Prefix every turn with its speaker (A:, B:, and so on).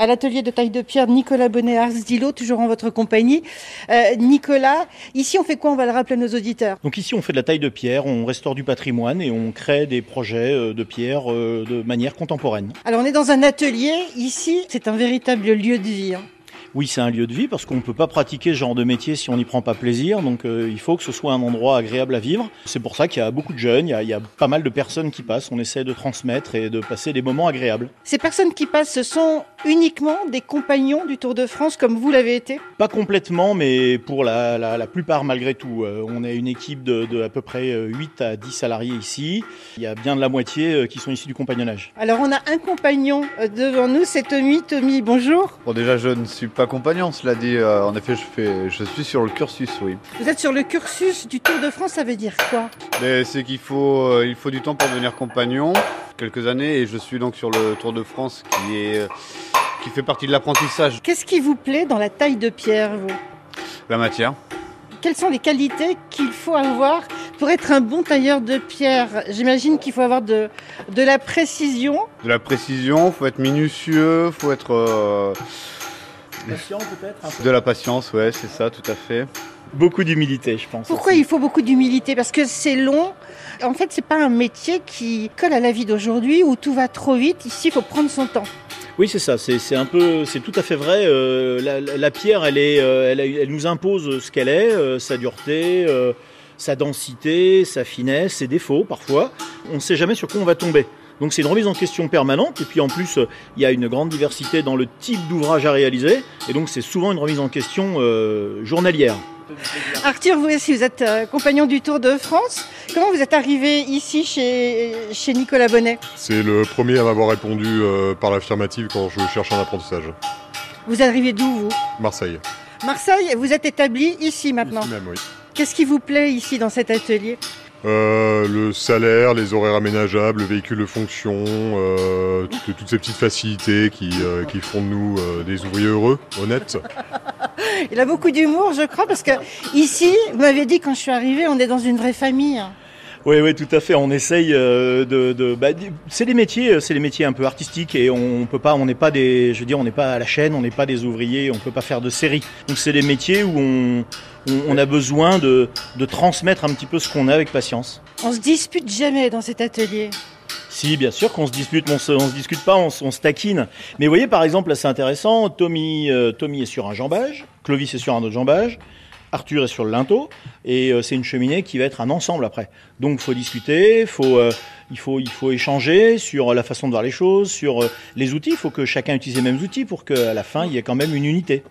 A: à l'atelier de taille de pierre Nicolas Bonnet-Arsdillo, toujours en votre compagnie. Euh, Nicolas, ici on fait quoi On va le rappeler à nos auditeurs.
B: Donc ici, on fait de la taille de pierre, on restaure du patrimoine et on crée des projets euh, de pierre euh, de manière contemporaine.
A: Alors on est dans un atelier, ici c'est un véritable lieu de vie. hein.
B: Oui, c'est un lieu de vie parce qu'on ne peut pas pratiquer ce genre de métier si on n'y prend pas plaisir. Donc euh, il faut que ce soit un endroit agréable à vivre. C'est pour ça qu'il y a beaucoup de jeunes, il y a- il y a pas mal de personnes qui passent. On essaie de transmettre et de passer des moments agréables.
A: Ces personnes qui passent, ce sont uniquement des compagnons du Tour de France comme vous l'avez été
B: Pas complètement, mais pour la, la- la plupart malgré tout. Euh, on est une équipe de, de à peu près euh, 8 à 10 salariés ici. Il y a bien de la moitié euh, qui sont issus du compagnonnage.
A: Alors on a un compagnon euh, devant nous, c'est Tommy. Tommy, bonjour.
C: Bon, déjà, je ne suis pas compagnon, cela dit. euh, en effet, je, fais, je suis sur le cursus, oui.
A: Vous êtes sur le cursus du Tour de France, ça veut dire quoi
C: Mais c'est qu'il faut, euh, il faut du temps pour devenir compagnon, quelques années, et je suis donc sur le Tour de France qui, est, euh, qui fait partie de l'apprentissage.
A: Qu'est-ce qui vous plaît dans la taille de pierre, vous
C: La matière.
A: Quelles sont les qualités qu'il faut avoir pour être un bon tailleur de pierre J'imagine qu'il faut avoir de, de la précision.
C: De la précision, faut être minutieux, faut être. euh,
B: Patient peut-être
C: de la patience, ouais, c'est ça, tout à fait.
B: Beaucoup d'humilité, je pense.
A: Pourquoi
B: aussi.
A: il faut beaucoup d'humilité Parce que c'est long. En fait, c'est pas un métier qui colle à la vie d'aujourd'hui où tout va trop vite. Ici, il faut prendre son temps.
B: Oui, c'est ça. C'est c'est un peu, c'est tout à fait vrai. Euh, la, la- la pierre, elle est, euh, elle, elle nous impose ce qu'elle est, euh, sa dureté, euh, sa densité, sa finesse, ses défauts parfois. On ne sait jamais sur quoi on va tomber. Donc c'est une remise en question permanente. Et puis en plus, euh, il y a une grande diversité dans le type d'ouvrage à réaliser. Et donc c'est souvent une remise en question euh, journalière.
A: Arthur, vous aussi, vous êtes euh, compagnon du Tour de France. Comment vous êtes arrivé ici chez, chez Nicolas Bonnet
D: C'est le premier à m'avoir répondu euh, par l'affirmative quand je cherche un apprentissage.
A: Vous arrivez d'où, vous
D: Marseille.
A: Marseille, vous êtes établi ici maintenant.
D: Ici même, oui.
A: Qu'est-ce qui vous plaît ici dans cet atelier
D: Euh, le salaire, les horaires aménageables, le véhicule de fonction, euh, toutes, toutes ces petites facilités qui, euh, qui font de nous euh, des ouvriers heureux, honnêtes.
A: Il a beaucoup d'humour, je crois, parce que ici, vous m'avez dit quand je suis arrivée, on est dans une vraie famille. hein.
B: Oui, oui, tout à fait. On essaye euh, de. de- bah, d- c'est des métiers, euh, c'est des métiers un peu artistiques et on peut pas, on n'est pas des, je veux dire, on n'est pas à la chaîne, on n'est pas des ouvriers, on peut pas faire de série. Donc c'est des métiers où on, on, on a besoin de, de transmettre un petit peu ce qu'on a avec patience.
A: On se dispute jamais dans cet atelier.
B: Si, bien sûr qu'on se dispute, mais on se, on se discute pas, on, se- on se taquine. Mais vous voyez, par exemple, là, c'est intéressant. Tommy, euh, Tommy est sur un jambage, Clovis est sur un autre jambage, Arthur est sur le linteau, et euh, c'est une cheminée qui va être un ensemble après. Donc, faut discuter, faut, euh, il faut, il faut échanger sur la façon de voir les choses, sur euh, les outils. Il faut que chacun utilise les mêmes outils pour qu'à la fin, il y ait quand même une unité.